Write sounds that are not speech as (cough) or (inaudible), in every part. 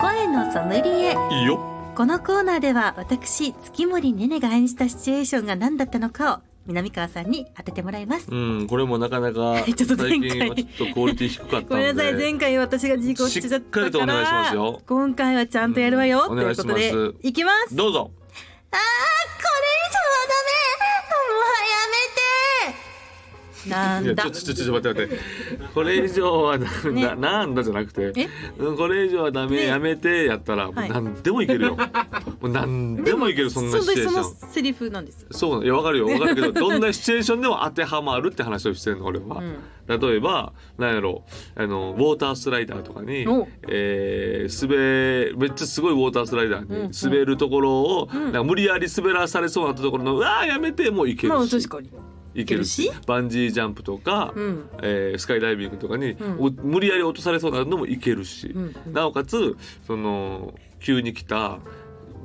声のソムリエいいよこのコーナーでは私月森ねねが演じたシチュエーションが何だったのかを南川さんに当ててもらいますうんこれもなかなか (laughs) ちょっと前最回近はちょっとクオリティ低かったんでごめんなさい前回私が事故しちゃったからしっかりとお願いしますよ今回はちゃんとやるわよ、うんということでお願いしますいきますどうぞあーこれ以上はダいメもうやめてなんやだちょちょちょちょ待って待ってこれ以上はな,、ねななんだじゃなくてえうんこれ以上はダメ、ねやめてやったらもうはい何でもいける (laughs) よ、もう何でもいけるそんなシチュエーシそョのンセリフなんですよ、そうなのいやわかるよわかるけどどんなシチュエーションでも当てはまるって話をしてるの俺は、うん例えばなんやろあのウォータースライダーとかにお、えー、滑めっちゃすごいウォータースライダうんうーんに滑るところを、うんなんか無理やり滑らされそうなところのうわーやめてもういけまあるし、確かにいけるいしけるバンジージャンプとか、うんえースカイダイビングとかに、うんお無理やり落とされそうなのもいけるし、うんうんなおかつその急に来た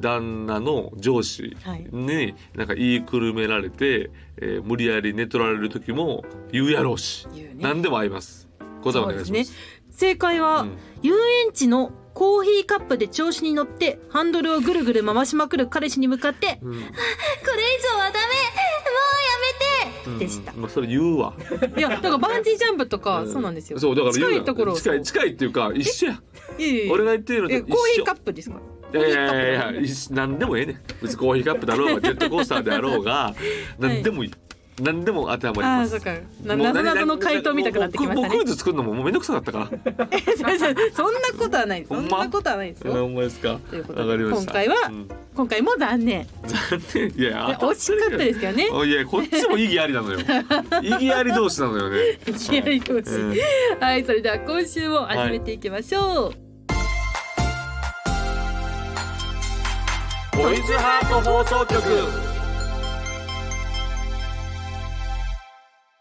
旦那の上司はいになんか言いくるめられて、えー無理やり寝取られる時も言うやろうし、言うね何でも合います。ごそおう願でいすしまねす。正解は、うん遊園地のコーヒーカップで調子に乗ってハンドルをぐるぐる回しまくる彼氏に向かってうんこれ以上はダメもうやうんめてでした、まあそれ言うわ。いやだからバンジージャンプとか、うんそうなんですよそうだから言う近ないところ近い近いっていうか一緒や。いやいやいや俺が言ってるのとえ一緒。コーヒーカップですかいやいやいやいやコーヒーカップ一緒何でもええねん別にコーヒーカップだろうがジェットコースターであろうが何でもいい、何でも当てはまりあまあすそっかなもうなぞなぞの何回答みたくなってきましたもうもうねクイズ作るのももうめんどくさかったからそんなことはないですそほんんまなことはないですよんまですかわというこかとりでま今した回は、うん今回も残念残念いやで惜しかったですけどねすいやこっちも意義ありなのよ意義あり同士なのよね気合い通しうんはい、それでは今週も始めていきましょう。ボイズハート放送局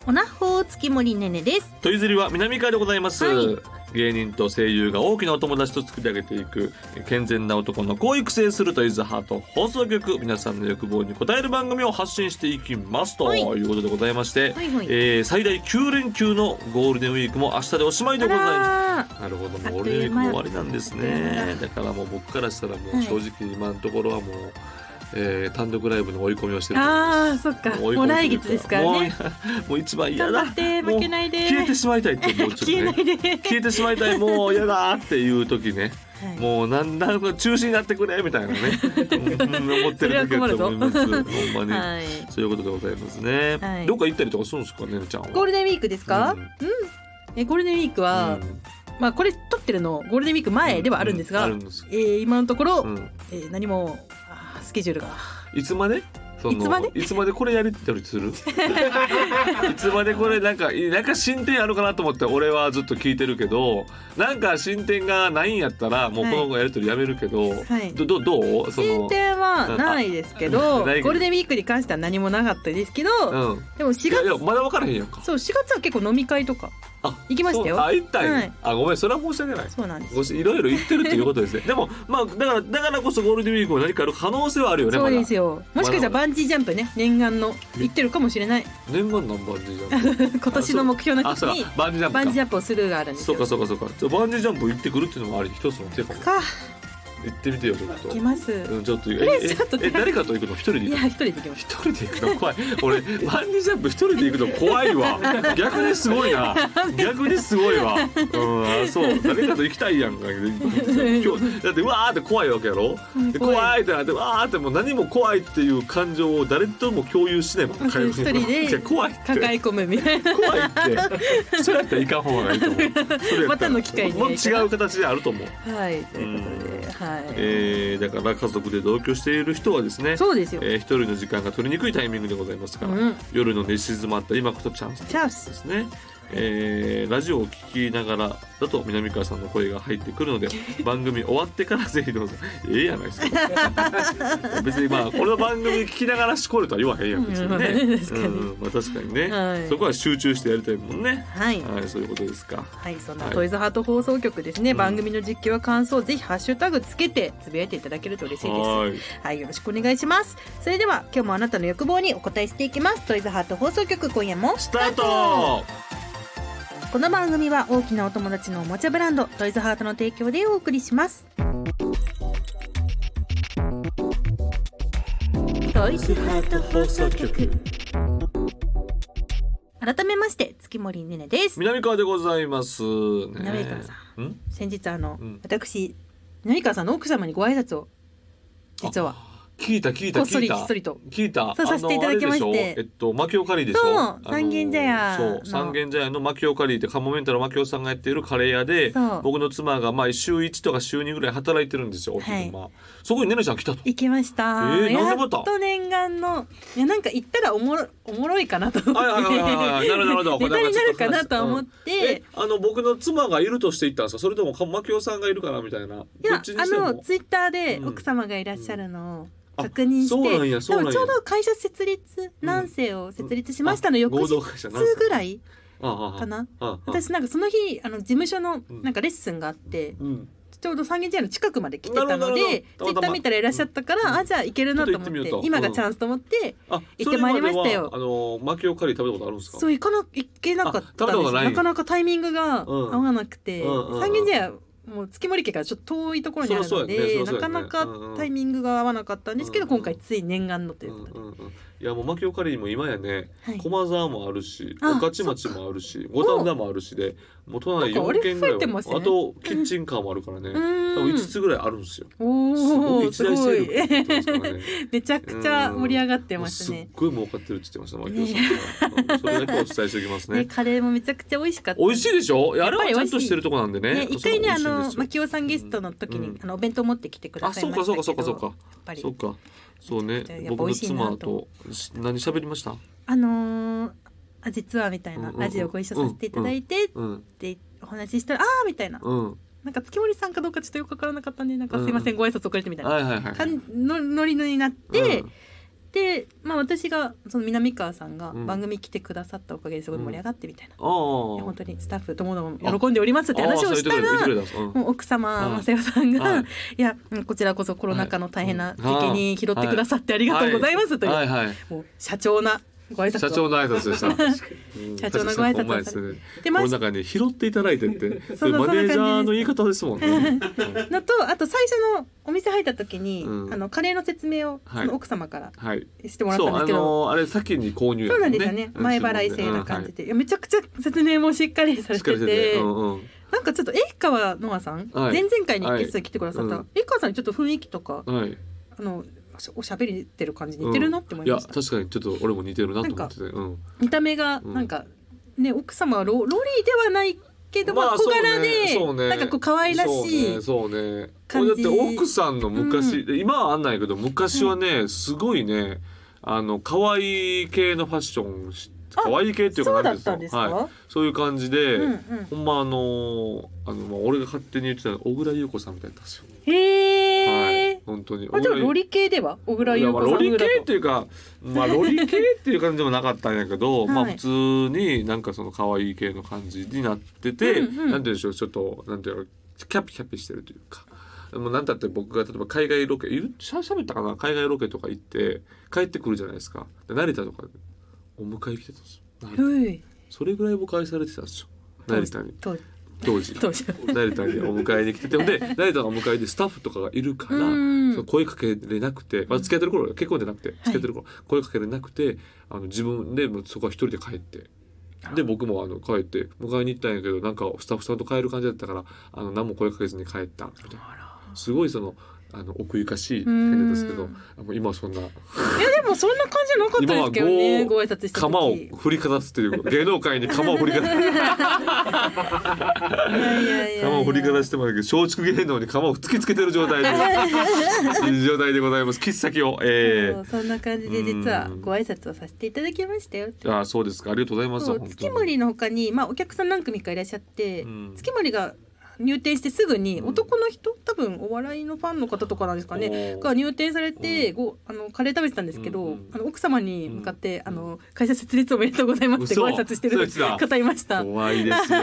おなほう月森ねねです。といずりは南川でございます、はい芸人と声優が大きなお友達と作り上げていく健全な男の子を育成するとイズハート放送局皆さんの欲望に応える番組を発信していきますとはいいうことでございまして、はいはいえー最大9連休のゴールデンウィークも明日でおしまいでございますあなるほどもあっうゴーとルデンウいィーうク間も終わりなんですねだからもう僕からしたらもはうい正直今のところはもう、えー単独ライブの追い込みをしてると思いますら、あー、そっか。もう追いもう込来みという月ですからね。もうもう一番嫌頑だ張って、負けない (laughs) で。消えてしまいたいってもうち消えょなっとねいで。消えてしまいたいもう嫌だっていう時ねはいもうなんだん中止になってくれみたいなねうん思ってる時だと思いますそほれは困るんまにはい。そういうことでございますねはいどっか行ったりとかするんですかねねちゃんはゴールデンウィークですかう？んえ、ゴールデンウィークはう、んまあこれ撮ってるのゴールデンウィーク前ではあるんですうがある、んですえー今のとこうろんえー何もあースケジュールがいつまでそのいつまでいつまでこれやり取りする (laughs) いつまでこれなんかいなんか進展あるかなと思って俺はずっと聞いてるけどなんか進展がないんやったらもうこのやり取りやめるけど、はいどどどうその進展はないですけあど、ゴないけどールデンウィークに関しては何もなかったですけど、うんでも4いやいや月まだ分からへんやんかそう4月は結構飲み会とかあ (laughs) 行きましたよそうあ行ったんやはいあごめんそれは申し訳ないそうなんですごしいろいろ言ってるっていうことですねでもまあだからだからこそゴールデンウィークも何かある可能性はあるよねそうまだですよもしかしたらバンジージャンプね念願の行ってるかもしれない (laughs) 念願何番でじゃん今年の目 (laughs) 標のあ一つそうにかバンジージャンプバかンジージャンプをするがあるんですそうよかそうかそうかじゃあバンジージャンプ行ってくるっていうのもあり一つの手かもか行ってみてよちょっと行きますうんちょっとえれえちょっとえ誰かと行くの一人でい行やくの一人で行きまし一人で行くの怖い俺バンジージャンプ一人で行くの怖いわ逆にすごいな逆にすごいわうんあそう誰かと行きたいやんか今日だってうわーって怖いわけやろうんで怖い怖いってなってわーってもう何も怖いっていう感情を誰とも共有しないもんた一人でいや怖いって抱え込むみたいな怖いってそれやったらいかん方がいいと思うそれやったら (laughs) またの機会にねもう違う形であると (laughs) 思う、はいということではいえー、だから家族で同居している人はですねそうですよえー、一人の時間が取りにくいタイミングでございますから、うん夜の寝静まった今こそチャンスチャンでスすね、えー、ラジオを聞きながらだと南川さんの声が入って (laughs) くるので番組終わってからぜひどうぞええやないですか (laughs) 別にまあこの番組聞きながらしこるとは言わへんやん別にね,、うん確かにんまあ、確かにね、はいそこは集中してやりたいもんねはいはいそういうことですかはい、そんなはいトイズハート放送局ですね、うん番組の実況や感想をぜひハッシュタグつけてつぶやいていただけると嬉しいですはーいはい、よろしくお願いします。それでは、今日もあなたの欲望にお答えしていきます。トイズハート放送局、今夜もスタートこの番組は大きなお友達のおもちゃブランド、トイズハートの提供でお送りします。トイズハート放送局改めまして月森ねねです南川でございます、ね、南川さんん先日あの、うん私南川さんの奥様にご挨拶を実は聞いた聞いたこっそ聞いりたひっそりと聞いたそうさせていただきましてあのあれでょえっとマキオカリーでしょそうあの三軒茶屋そのう三軒茶屋のマキオカリーってカモメンタルマキオさんがやっているカレー屋でそう僕の妻がまあ週一とか週二ぐらい働いてるんですよお昼間、そこにねねちゃん来たと行きました、えーなんでやまったと念願のいやなんか行ったらおもろおもろいかなと思っはいはいはいはいてなるほどなる (laughs) ほどネタになるかなと思ってえ、あの僕の妻がいるとして行ったんですかそれともかマキオさんがいるからみたいないどやっちにあしてものツイッターでうん奥様がいらっしゃるのあを確認して、そうなんやそう多なん分ちやょうど会社設立南西を設立しましたの翌合日同会社なんすぐらいあああかなあああ私なんかその日あの事務所のうんなんかレッスンがあってうんちょうど三軒茶屋の近くまで来てたなるほのどなでるほどツイッター見たらいらっしゃったかうんらあじゃあ行けるなと思ちょっと行っっててみようと今うがんチャンスと思ってあ行ってまいりましたよそれまではあのマキオカリー食べたことあるんですかそう行かな行けなかったんあ食べたでこすとないなかなかタイミングが合わなくて、うんうんうん三軒茶屋もう月森家からちょっと遠いところにあるそのらそうやねで、そらそうなやかねなかタイミングが合わなかったんですけど、うんうん今回つい念願のということで、うんうんうん、いやもうマキオカリーも今やね、はい駒沢もあるしあ御徒町もあるし五反田もあるしでもう都内なんかあれ4軒ぐらい増えてますねあとキッチンカーもあるからね、多分うーん5つぐらいあるんですよ。すおごいお一す大ご勢い (laughs) 力になってますからねめちゃくちゃ盛り上がってもうますすっねごい儲かってるって言ってましたマキオさんが、うんそれだけお伝えしておきますねね。カレーもめちゃくちゃ美味しかった美味しいでしょいやあれはやっちぱゃり美味んしいとしてるとこなんでねね一回ねあそう美の味しいんです牧よ雄さんゲストの時に、うんあのお弁当持ってきてくだあさいそうましたかけどそうかそうかそやうかっぱりそうかそうねやっぱ僕美の味しいな妻ととし何喋りましたあのーあ実はみたいうんうなんうんラジオご一緒させていただいてっうんてお話ししたら、あーみたいなうんなんか月森さんかどうかちょっとよくわからなかったんでなんかうんすいませんご挨拶遅れてみたいなはいはいはい感じのノリノリになって、うんで、まあ、私がその南川さんがうん番組来てくださったおかげですごい盛り上がってみたいな、ああ本当にスタッフともども喜んでおりますって話をしたああらそういうとこで言ってくれたんですもう奥様はいマセオさんが、はいい、やこちらこそコロナ禍の大変な時期に拾ってくださってあうりんがとうございますという,、はいはいはいもう社長なご挨拶を社長の挨 (laughs) 拶でしたうん社長のご挨拶をされ確かにほんまですねでこまのし中に拾っていただいてってそそうそうれマネージそャんな感ーじですの言い方ですもんね (laughs) うんのとあと最初のお店入った時に、うんあのカレーの説明を、はいその奥様からはいしてもらっそたうんですあけど。のあれ先に購入やそうもなんんねですよね前払い制な感じでで、いやめちゃくちゃ説明もしっかりされしっかててりしててうんうんなんかちょっと栄川ノアさん、はい前々回にゲストに来てくださった、はいうん栄川さんにちょっと雰囲気とかはいあのおしゃべりてる感じ似てるなって思いいやました、確かにちょっと俺も似てるなと思っててうん見た目がなんか、ね奥様はロロリーではないけど、まあまあ小柄そうねで、そうねなんかこう可愛らしいそうねそうね感じだって奥さんの昔、今はあんないけど昔はね、すごいねあの可愛い系のファッションしあ可愛い系っていうそかうだっ何ですかたんですか、はい、そういう感じで、うんうんほんまあのーあの、まあ、俺が勝手に言ってた小倉優子さんみたいなんですよ、へえ、はい本当にあでもロリ系では小倉いや優ま子あさんぐらロいだリと系っていうか、まあ、ロリ系っていう感じでもなかったんやけど、ま (laughs) あはい普通になんかその可愛い系の感じになってて、うんうんなんて言うんでしょうちょっとなんていうのキャピキャピしてるというか。もうなんだって僕が例えば海外ロケいるしゃしゃべったかな海外ロケとか行って帰ってくるじゃないですかで成田とかでお迎え来てたんですよ成田ふいそれぐらい僕愛されてたんですよ成田に当当時当時は成田にお迎えに来ててほんで成田がお迎えでスタッフとかがいるから、うんその声かけれなくて、まあ、付き合ってる頃よ結婚じゃなくて付き合ってる頃、声かけれなくてあの自分でもうそこは一人で帰ってで僕もあの帰って迎えに行ったんやけどなんかスタッフさんと帰る感じだったからあの何も声かけずに帰ったみたいなすごいそのあの奥ゆかしい感じですけどうんあもう今はそんないやでもそんな感じなかったですけどね今ご挨拶した時釜を振りかざすという芸能界に釜を振りかざ (laughs) す。いやいやいやいや釜を振りかざしてもらうけど松竹芸能に釜を突きつけてる状態で (laughs) いい状態でございます切っ先をえそうそんな感じで実はご挨拶をさせていただきましたよー、あーそうですかありがとうございますそう本当に月森のほかに、まあ、お客さん何組かいらっしゃって、うん月森が入店してすぐにうん男の人、多分お笑いのファンの方とかなんですかねおーが入店されて、うんごあのカレー食べてたんですけど、うんうんあの奥様に向かって、うんあの会社設立おめでとうございますって嘘ご挨拶してそうるやってた方いました。 (laughs) 怖いで (laughs) すよ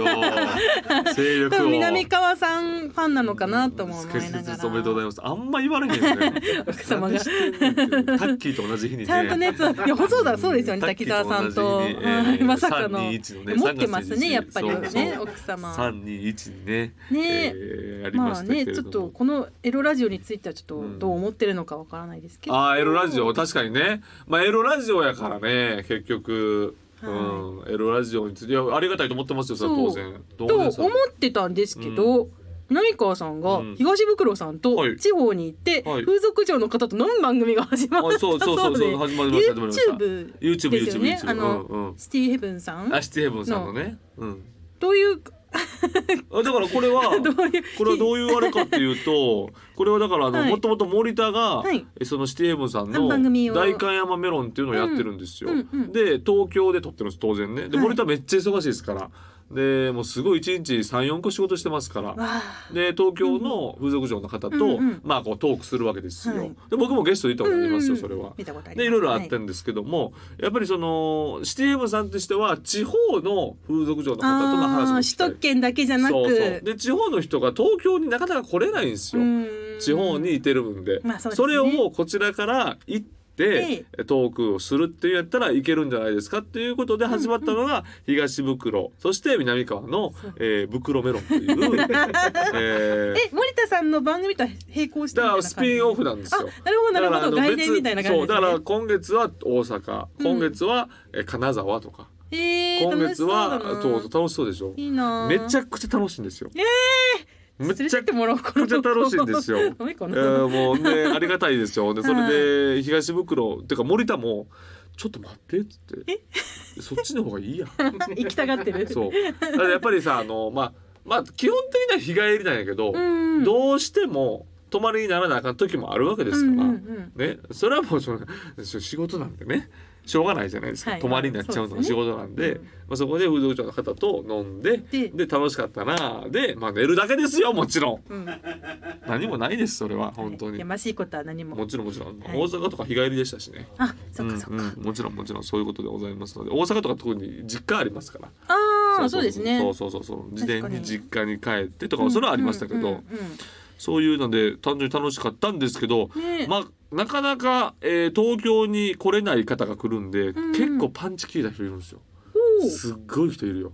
多勢力を分南川さんファンなのかなとも思いな結が節おめでとうございら。ますあんま言われへんよね (laughs) 奥様が何してんねんってタッキーと同じ日にねちゃんと (laughs) ね、そう、いや、そうだ、そうですよね、滝沢さんと、うんまさかの。持ってますね、やっぱりね、奥様。 321ねね、ねええーありままあしたけねれちょどっも、とこのエロラジオについてはちょっとうんどう思ってるのかわからないですけど、あーエロラジオ確かにねまあエロラジオやからね結局、はうんエロラジオについていやありがたいと思ってますよそれは当然と当然思ってたんですけど、南川さんがうん東袋さんはとい地方に行ってはい風俗嬢の方と飲む番組が始まっあたそうそうそそううそでう始まりました始まりました YouTube YouTube ですよ YouTube ね YouTube あのうんうんシティヘブンさんあシティヘブンさんのねうんというあだからこれ (laughs) はどういうこれはどういうあれかっていうとこれはだからあの、はいもともと森田が、はいえそのシティヘブンさんあの番組を代官山メロンっていうのをやってるんですよ。うんうんうんで東京で撮ってるんです当然ね。ではい森田めっちゃ忙しいですから。でもうすごい一日34個仕事してますから。わで東京の風俗嬢の方と、うんうんまあこうトークするわけですよ。はいで僕もゲストでいたあことありますよ、それは。見たことありますでいろいろあったはいんですけども、やっぱりそのシティヘブンさんとしては地方の風俗嬢の方との話あをーし首たい都圏だけじゃなくそうそうで地方の人が東京になかなか来れないんですよ、うん地 (laughs) 方にいてる分で,、まあそうですそねれをこちらから行ってえトークをするっていうやったらいけるんじゃないですかっていうことで始まったのが東袋、そして南川の、えー、袋メロンっていう、 (laughs) えーえ森田さんの番組とは並行してだみたいな感からじスピンオフなんですよ。あなるほどなるほどだからあの外伝みたいな感じ別そうでだすかねら今月は大阪今月は、えー金沢とかえー今月は楽しそうだそうなそう楽しそうでしょいいなめちゃゃくちゃ楽しいんですよ。えめめっちちゃゃってもらおうかめちゃ楽しいんですよダメかえな、ーもうねありがたいですよねそれで東袋ってか森田も「ちょっと待って」っつって「そっちの方がいいやん行きたがってる」 (laughs) そうだからやっぱりさあのまあまあ基本的には日帰りなんやけど、うんどうしても泊まりにならなあかん時もあるわけですから、うんうんねそれはもうそのそ仕事なんでねしょうがないじゃないですか、はい泊まりになっちゃうのが仕事なんでそうですねまあ、そこで風俗長の方と飲んででで楽しかったなあで、まあ、寝るだけですよもちろんうんうん、何もないですそれは本当にや。ましいことは何ももちろんもちろん、はい大阪とか日帰りでしたしねあそっかそっか、うんうんもちろんもちろんそういうことでございますので大阪とか特に実家ありますからああそうですねそうそうそうそう自転に確実家に帰ってとかそれはありましたけど、そういうので単純に楽しかったんですけど、ねまあなかなか、えー東京に来れない方が来るんで、んうん結構パンチ効いた人いるんですよすっごい人いるよ、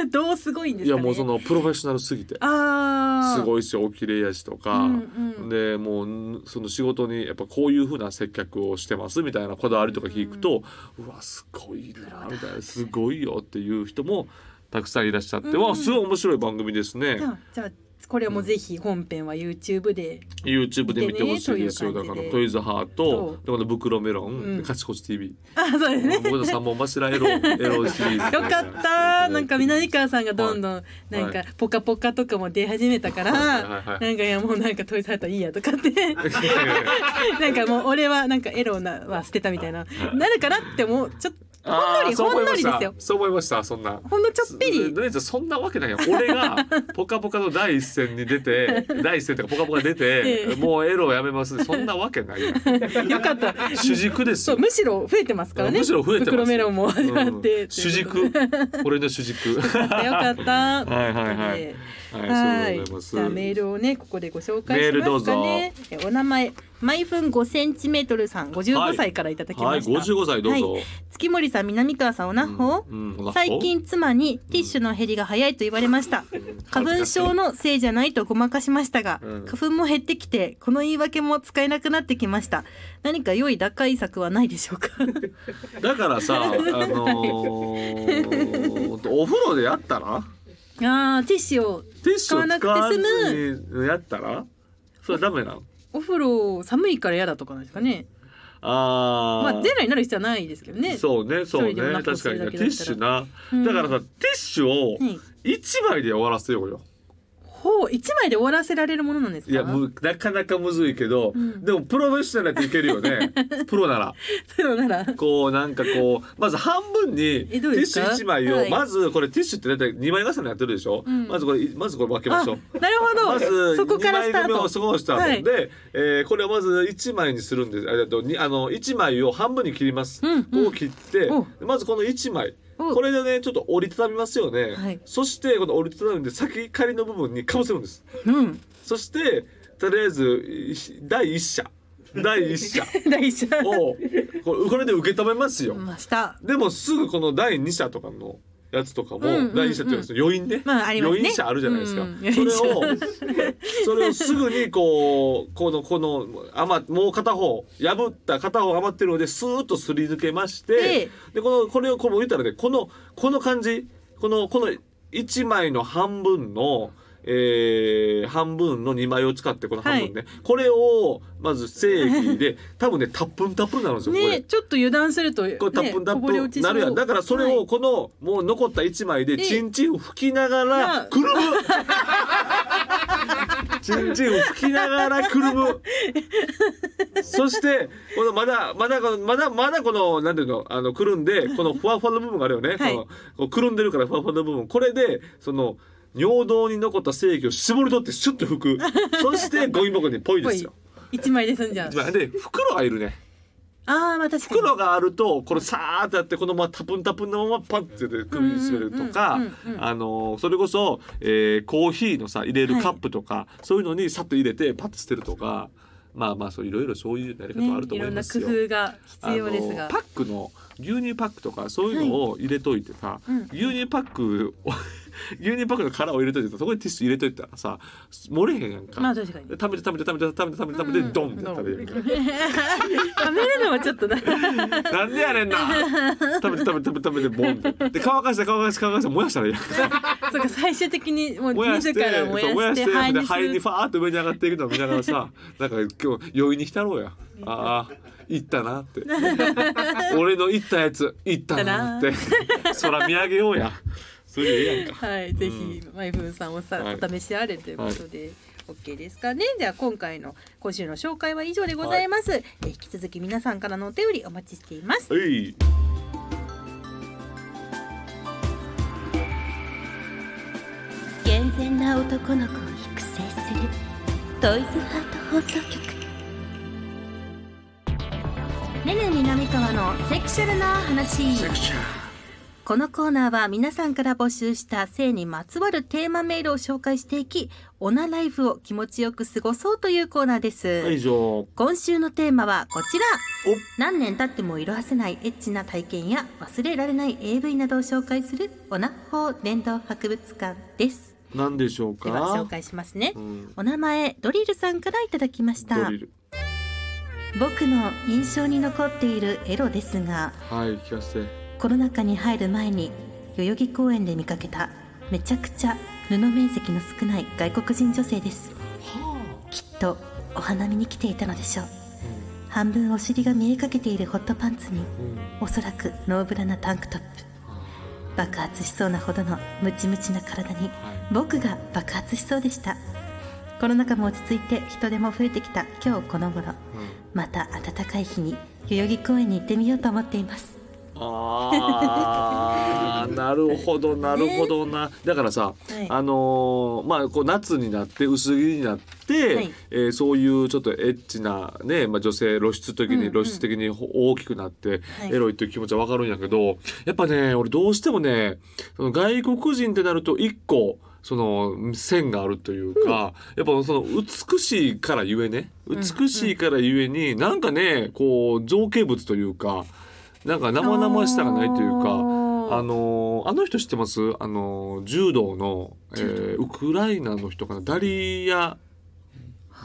お (laughs) どうすごいんですいかやねもうそのプロフェッショナルすぎてああすいごいしお綺麗やしとか、うんうんでもうんその仕事にやっぱこういうふうな接客をしてますみたいなこだわりとか聞くと、うわすごいなみたいなすごいよっていう人もたくさんいらっしゃって、うんうんわあすごい面白い番組ですね、じゃあじゃあこれはもうぜひ本編は YouTube で YouTube で見てほしいですよ、見てねだからという感じでトイズハートでこの袋メロン、うんカチコチ TV あーそうですね僕の三本柱エロエロシリーズよかったなんか南川さんがどんどんなんかポカポカとかも出始めたからはいはいはいなんかいやもうなんかトイザらいいやとかって (laughs) なんかもう俺はなんかエロなは捨てたみたいななるかなってもうちょっとほんのあーりそうほ思んいのまりしですよたそう思いましたそんなほんのちょっぴりねねそんなわけないよ俺が「ぽかぽか」の第一線に出て第一線とか「ぽかぽか」出て、ええもうエロをやめますそんなわけないよよかった主軸ですそうよむしろ増えてますからねむしろ増えてます袋メロンもあうんって主軸これの主軸よかったよかったはいはいはいということでははいいそうでございますじゃあメールをねここでご紹介しメールどまうすぞかね。えお名前マイフン5センチメートルさんは55い歳からいただきはまいした。 55歳どうぞ、月森さん南川さんおなほ、うんうんおなほ最近妻にティッシュの減りが早いと言われました花粉症のせいじゃないとごまかしましたが、うん花粉も減ってきてこの言い訳も使えなくなってきました何か良い打開策はないでしょうか (laughs) だか (laughs) らさあのーお風呂でやったらあーティッシュをティッシ使ュを使わわなくてずにやったらそれはダメなのお風呂寒いから嫌だとかなんですかね。あーまあゼロになる必要はないですけどね。そうねそうね一人でも仲確良くすかにるねだけティだったらッシュな、うんだからさティッシュをはい一枚で終わらせようよほう一枚で終わらせられるものなんですか。いやむなかなかむずいけど、んでもプロフェッショナルやっていける (laughs) よねプロならそうなら。こうなんかこうまず半分にテえどィうでッすシかュ一枚を、はいまずこれティッシュって大体2枚重ねになってるでしょ、んまずこれまずこれ分けまあしょうなるほど。まずそこから二スター枚組ト。をそこをしたはのいで、えーこれをまず一枚にするんです。えっとにあの一枚を半分に切ります。うんうんこう切っておまずこの一枚。おこれでねちょっと折りたたみますよね、はいそしてこの折りたたみで先仮の部分にかぶせるんです (laughs) うんそしてとりあえずい第一射第一射第一をこれこれで受け止めますよ、ましたでもすぐこの第二射とかのやつとかうんもうんうん来社っていうのはその余韻ねまあありますね余韻者あるじゃないですか、うんそれを余 (laughs) それをすぐにこうこのこの余もう片方破った片方余ってるのでスーッとすり抜けまして、ででこのこれをこう言ったらねこのこの感じこのこの1枚の半分の、えー半分の2枚を使ってこの半分ね、これをまず正規で多分ねたっぷんたっぷんなるんですよこれ。ねちょっと油断するとねこれタップンタこぼれッ落プちなるやんだからそれをはいこのもう残った1枚ででチンチンを吹きながらなくるむチンチンを吹きながらくるむそしてこのまだまだこのまだまだこのなんていうのあのくるんでこのふわふわの部分があるよね、はいこのこうくるんでるからふわふわの部分これでその尿道に残った精液を絞り取ってシュッと拭くそしてゴミ箱にポイですよ。一枚で済んじゃう一枚で袋がいるね。ああまあ確かに袋があるとこれさーってやってこのままタプンタプンのままパッて首に詰めるとかうんうんうんうんあのーそれこそ、えーコーヒーのさ入れるカップとか、そういうのにさっと入れてパッて捨てるとかまあまあそういろいろそういうやり方はあるとねい思ろいんなま工すよ。夫があ必の要ですがーパックの牛乳パックとかそういうのを入れといてさ、うん牛乳パックを (laughs) 牛乳パックの殻を入れといてさそこにティッシュ入れといたらさ漏れへんやんか。まあ確かに (laughs) で食べて食べて食べて食べて食べて食べて、ドンって食べるやんか。食べるのはちょっとな (laughs) なんでやねんな。食べて食べて食べて食べてボンって。で乾かして乾かして乾かして燃やしたらいいやん。そうか最終的にもう燃やし自てら燃そうやして灰でにす灰にるファーって上に上がっていくのを見ながらさ、なんか今日余韻に浸ろうや。ああ行ったなって。俺の行ったやつ行ったなって。空見上げようや。それでいいやんか。はいぜひマイフーンさんをさはいお試しあれということで OK ですかねでは今回の今週の紹介は以上でございますえー引き続き皆さんからのお便りお待ちしていますはい。健全な男の子を育成するトイズハート放送局ねね南川のセクシャルな話このコーナーは皆さんから募集した性にまつわるテーマメールを紹介していきオナライフを気持ちよく過ごそうというコーナーです、はい以上。今週のテーマはこちらお何年経っても色褪せないエッチな体験や忘れられない AV などを紹介するオナホー伝道博物館です何でしょうか。では紹介しますねうん。お名前ドリルさんからいただきましたドリル。僕の印象に残っているエロですがはい聞かせて。コロナ禍に入る前に代々木公園で見かけためちゃくちゃ布面積の少ない外国人女性ですきっとお花見に来ていたのでしょう半分お尻が見えかけているホットパンツにうんうんおそらくノーブラなタンクトップ爆発しそうなほどのムチムチな体には僕が爆発しそうでしたコロナ禍も落ち着いて人手も増えてきた今日この頃いうんまた暖かい日に代々木公園に行ってみようと思っていますあーなるほどなるほどな、だからさ、はいあのーまあこう夏になって薄着になって、はいえーそういうちょっとエッチな、ねまあ、女性露出的うんうにん露出的にほ大きくなって、はいエロいっていう気持ちはわかるんやけどやっぱね俺どうしてもねその外国人ってなると一個その線があるというか、やっぱその美しいからゆえね美しいからゆえに、なんかねこう造形物というかなんか生々しさがないというあか。ーあのーあの人知ってますあのー柔道の、えーウクライナの人かなダリア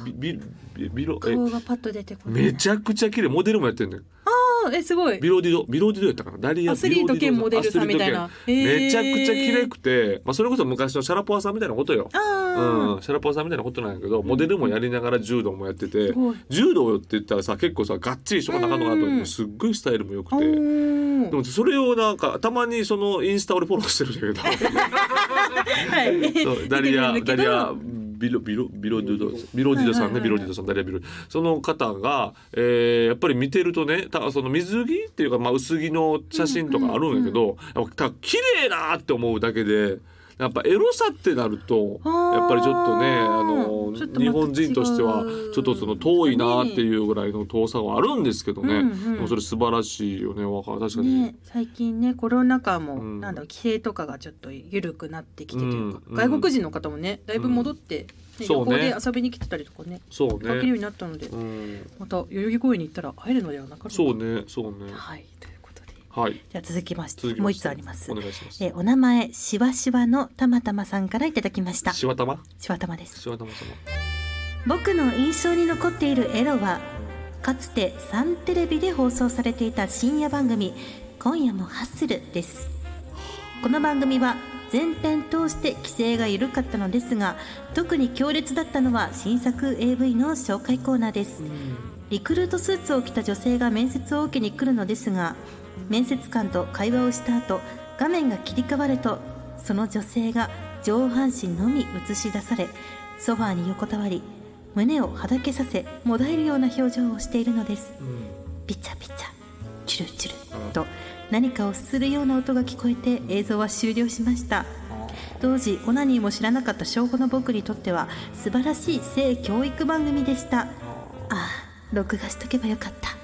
ビビビビロえ顔がパッと出てこないめちゃくちゃ綺麗モデルもやってんねんあーえすごいビロディドビロディドやったかなダリアアスリートビロディ兼ドモデルさんみたいなアスリート兼めちゃくちゃ綺麗くて、まあ、それこそ昔のシャラポワさんみたいなことよ、あうん、シャラポワさんみたいなことなんやけどモデルもやりながら柔道もやってーてすごい柔道って言ったらさ結構さがっちりしとかなあかんのかなと思ってすっごいスタイルも良くあて。ーでもそれをなんかたまにそのインスタ俺フォローしてるんだけ (laughs) (laughs) はいどそうダリア出てくるんだけダどリアビロビロビロディドビロディドさんはいはいはねいビロディドさんダリアビロその方が、えーやっぱり見てるとねたその水着っていうか、まあ、薄着の写真とかあるんやけど、やっぱた綺麗なって思うだけで。やっぱエロさってなるとあーやっぱりちょっとねあのちょっとまた違う日本人としてはちょっとその遠いなっていうぐらいの遠さはあるんですけどね、うんうんでもそれ素晴らしいよねわかる確かに、ね、最近ねコロナ禍も、うんなんだろう規制とかがちょっと緩くなってきてというか、うんうん外国人の方もねだいぶ戻って、ねそ旅うね行で遊びに来てたりとかねそう書けるようね。になったので、うん、また代々木公園に行ったら会えるのではなかろうかそうね、そうね。はいということではいでは続きまして続きもうま一しつてありますお願いしますえお名前しわしわのたまたまさんからいただきましたしわたましわたまですしわたま様僕の印象に残っているエロはかつてサンテレビで放送されていた深夜番組「今夜もハッスル」ですこの番組は全編通して規制が緩かったのですが特に強烈だったのは新作 AV の紹介コーナーですリクルートスーツを着た女性が面接を受けに来るのですが面接官と会話をした後画面が切り替わるとその女性が上半身のみ映し出されソファーに横たわり胸をはだけさせもだえるような表情をしているのですうんピチャピチャチュルチュルと何かをするような音が聞こえて映像は終了しました当時オナニーも知らなかった小5の僕にとっては素晴らしい性教育番組でしたああ録画しとけばよかった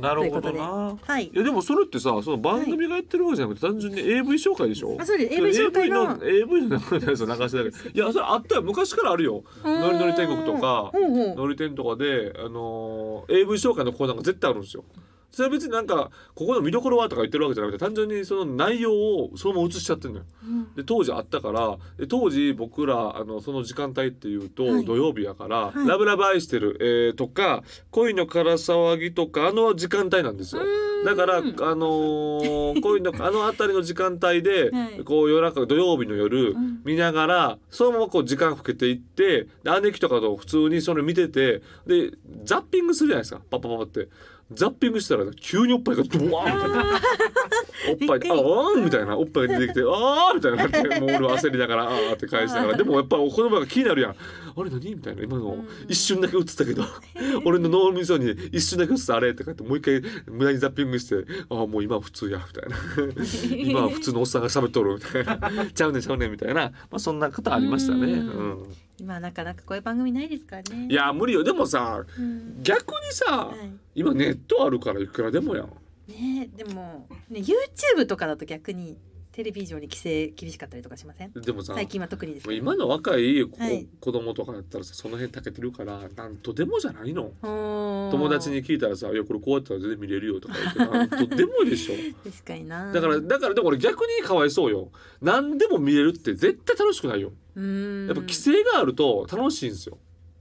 なるほというどなことではいいやでもそれってさその番組がやってるわけじゃなくて単純に AV 紹介でしょあそうです AV 紹介の AV の AV の流しだけいやそれあったよ昔からあるよノリノリ天国とかうんうんノリ天とかで、あのー AV 紹介のコーナーが絶対あるんですよ。それは別になんかここの見どころはとか言ってるわけじゃなくて単純にその内容をそのまま映しちゃってるのよ。うんで当時あったからで当時僕らあのその時間帯っていうと、はい土曜日やから「はいラブラブ愛してる」えーとか「恋のから騒ぎ」とかあの時間帯なんですよ。だから、あの (laughs) ー恋のあの辺りの時間帯で、はいこう夜中土曜日の夜、ん見ながらそのままこう時間かけていってで姉貴とかと普通にそれ見ててでザッピングするじゃないですかパッパパパってザッピングしたら急におっぱいがドワーンみたいな。おっぱいびっくでり「あーん」みたいなおっぱいが出てきて「あー」みたいになってもう俺は焦りながら「あー」って返しながらでもやっぱお言葉が気になるやん「あれ何?」みたいな今の一瞬だけ映ったけど俺の脳みそに一瞬だけ映ったあれとかってもう一回無駄にザッピングして「ああもう今は普通や」みた (laughs) いな今は普通のおっさんが喋っとるみたいな「ちゃうねんちゃうねん」みたいな、まあ、そんな方ありましたね。うんうん今なかなかこういう番組ないですからねいや無理よでもさうん逆にさはい今ネットあるからいくらでもやん。ねえでも、ね、YouTube とかだと逆にテレビ以上に規制厳しかったりとかしませんでもさ最近は特にですもうけど今の若い子,、はい子供とかだったらさその辺たけてるからなんとでもじゃないの友友達に聞いたらさ「いやこれこうやったら全然見れるよ」とか (laughs) 言ってなんとでもでしょ確かになだからだからでも俺逆にかわいそうよ何でも見れるって絶対楽しくないようんやっぱ規制があると楽しいんですよ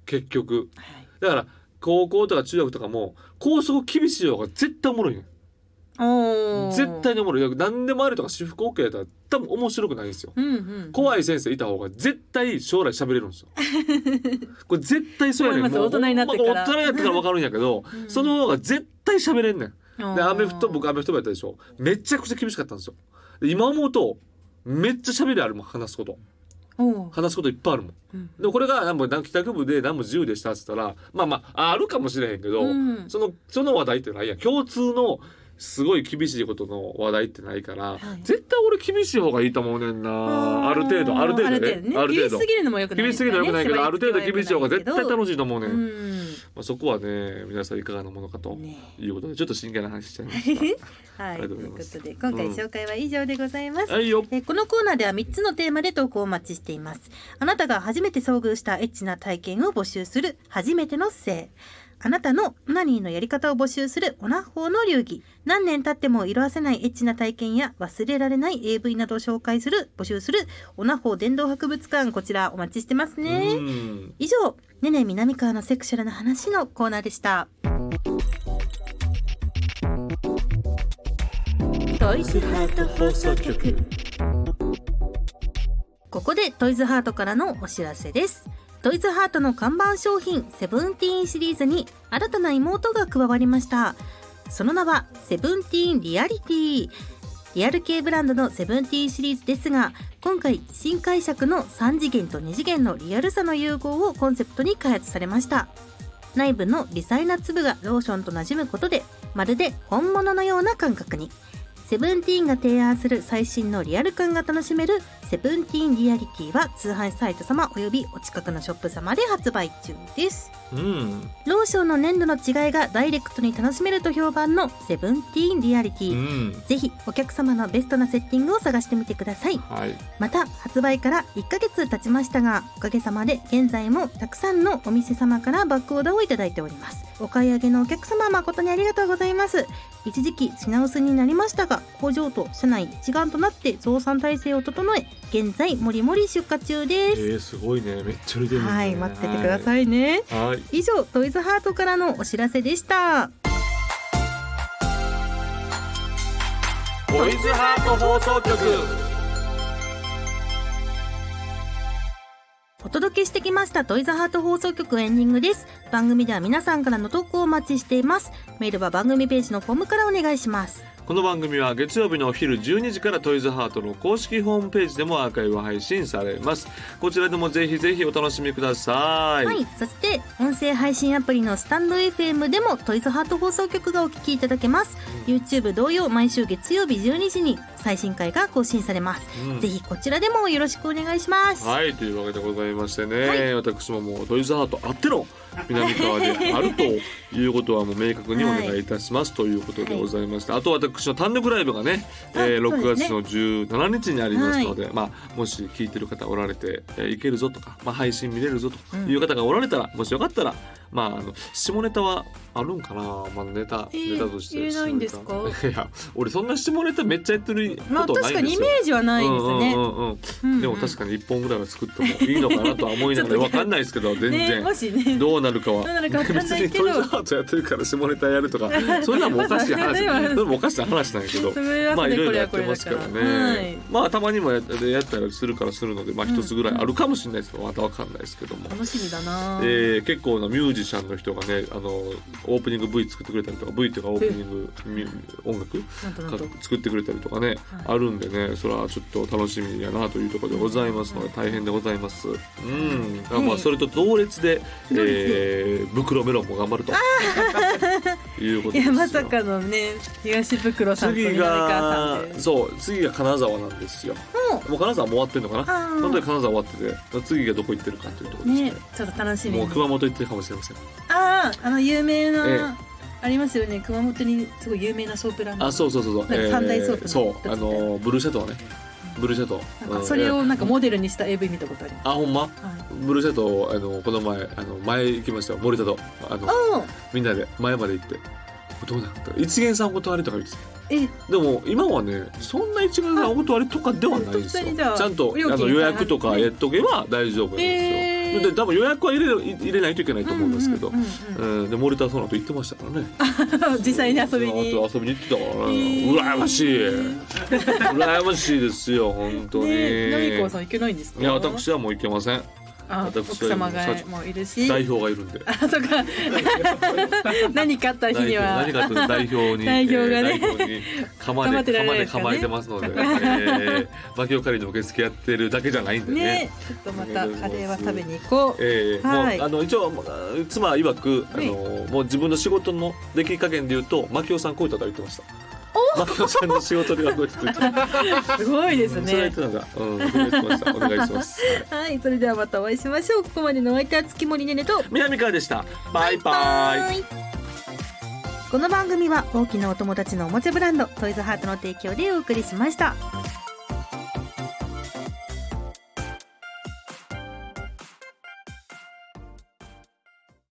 結局はいだから高校とか中学とかも校則厳しい方が絶対おもろいねおー絶対におもろいだから何でもあるとか私服 OK だったら多分面白くないんですようんうん怖い先生いた方が絶対将来喋れるんですよ。これ絶対そうや (laughs) ねん。思いますもう大人になってからほんま大人になってから分かるんやけど、うんその方が絶対喋れんねん。でアメフト僕僕アメフト部やったでしょ。めちゃくちゃ厳しかったんですよ。で今思うとめっちゃ喋りあるもん話すことおー話すこといっぱいあるもん。うんでもこれがなんか帰宅部で何も自由でしたっつったらまあまああるかもしれへんけど、うんそのその話題ってないやん共通のすごい厳しいことの話題ってないから、はい絶対俺厳しい方がいいと思うねんなある程度ある程度ねある程度厳しすぎるのもよくない厳しすぎてよくないけど、ある程度厳しい方が絶対楽ししいと思うね、うんまんあ、そこはね皆さんいかがなものかとねいうことでちょっと真剣な話しちゃいまし (laughs) はあいりとがとういこございうますとで今回紹介は以上でございますたはいよえーこのコーナーでは3つのテーマで投稿をお待ちしていますあなたが初めて遭遇したエッチな体験を募集する初めての性あなたのオナニーのやり方を募集するオナホーの流儀何年経っても色あせないエッチな体験や忘れられない AV などを紹介する募集するオナホー伝道博物館こちらお待ちしてますうねん以上ねね南川のセクシャルな話のコーナーでしたトイズハート放送局ここでトイズハートからのお知らせですトイズハートの看板商品セブンティーンシリーズに新たな妹が加わりましたその名はセブンティーンリアリティリアル系ブランドのセブンティーンシリーズですが今回新解釈の3次元と2次元のリアルさの融合をコンセプトに開発されました内部の微細な粒がローションとなじむことでまるで本物のような感覚にセブンティーンが提案する最新のリアル感が楽しめるセブンティーンリアリティは通販サイト様およびお近くのショップ様で発売中ですうんローションの粘土の違いがダイレクトに楽しめると評判のセブンティーンリアリテうィ、んぜひお客様のベストなセッティングを探してみてくださいはいまた発売から1ヶ月経ちましたがおかげさまで現在もたくさんのお店様からバックオーダーをいただいておりますお買い上げのお客様誠にありがとうございます一時期品薄になりましたが工場と社内一丸となって増産体制を整え現在もりもり出荷中えです、ー、すごいねめっちゃ売れてるんだよねはい待っててくださいね、はいはい以上トイズハートからのお知らせでしたボイズハート放送局お届けしてきましたトイズハート放送局エンディングです番組では皆さんからの投稿をお待ちしていますメールは番組ページのフォームからお願いしますこの番組は月曜日のお昼12時からトイズハートの公式ホームページでもアーカイブ配信されますこちらでもぜひぜひお楽しみください、はい、そして音声配信アプリのスタンド FM でもトイズハート放送局がお聞きいただけます YouTube 同様毎週月曜日12時に最新回が更新されます、うんぜひこちらでもよろしくお願いしますはいというわけでございましてね、はい私ももうトイズハートあっての南川であるということはもう明確にお願いいたしますということでございまして、あと私の単独ライブがね、あえーそうで6すね月の17日にありますので、まあ、もし聞いてる方おられて、えーいけるぞとか、まあ、配信見れるぞという方がおられたら、もしよかったら、まあ、あの下ネタはあるんかな、まあ、ネタ、えーネタとして言えないんですか下ネタいや俺そんな下ネタめっちゃやってるまあことは確なかいんでにすイよ。メージはないですね、うんうんうんうんうんうんでも確かに1本ぐらいは作ってもいいのかなとは思いながちらょっとねわかんないですけど全ね然もしねどうなるかはどうなるかわかん別ないけにどトイズハートやってるから下ネタやるとかそういうのはもうおかしいまあ話そそれはれもおかしな話なんやけどそれはそれまあいろいころれやはっこてれだからますけどはいねまあたまにもややったりするからするのでまあうん一つぐらいあるかもしれないですけどまたわかんないですけども。楽しみだな、えー結構なミュージシャンの人がねあのオープニング V 作ってくれたりとか V とかオープニングミュ音楽なんとなんかと作ってくれたりとかね、はあるんでねそれはちょっと楽しみやなというところでございますので大変でございますうん、はいまあそれと同列で、同列えー、袋メロンも頑張 (laughs) るといういことですやよまさかのね東袋さんと次南川がさんでそう次が金沢なんですよももう金沢もう終わってんのかなあーその時金沢終わってて次がどこ行ってるかというところですねねちょっと楽しみもにう熊本行ってるかもしれませんあああの有名な、ええありますよね熊本にすごい有名なソープランドあそうそうそうそう、なんか三大ソープのそうあのブルーシャトーねブルーシャトーなんうかんそれをなんかモデルにした AV 見たことありま、あほんますはい、ブルーシャトーあのこの前あの前行きましたよ森田とあのああみんなで前まで行ってどうなった一元さんお断りとか言ってたえでも今はねそんな一元さんお断りとかではないんですよあ本当にちじゃあゃんとあ料金の予約とかやっとけば大丈夫なんですへーよで多分予約は入れる入れないといけないと思うんですけどうんうんうんうんうんで森田はその後行ってましたからね (laughs) 実際に遊びにその後遊びに行ってたかーらね羨ましい羨ましいですよ本当にねナミコさん行けないんですかいや私はもう行けませんあ私は奥様がもういるし代表がいるんであそっか何かあった日代に表は何かというと代表に代表がねえー代表に釜頑張でってられ釜ないですからねで構えてますので、えー、マキオカリーの受付やってるだけじゃないんでねねちょっとまたカレーは食べに行こうえーはいもうあの一応もうあ妻曰くあの、もう自分の仕事の出来加減で言うとマキオさん超えたとは言ってましたマキオさんの仕事量が超えたと言ってましすごいでた、すそれは言ねってたんだうんそれは言ってましたお願いしますはいそれではまたお会いしましょうここまでのお相手は月森ねねと南川でしたバイバイこの番組は大きなお友達のおもちゃブランドトイズハートの提供でお送りしました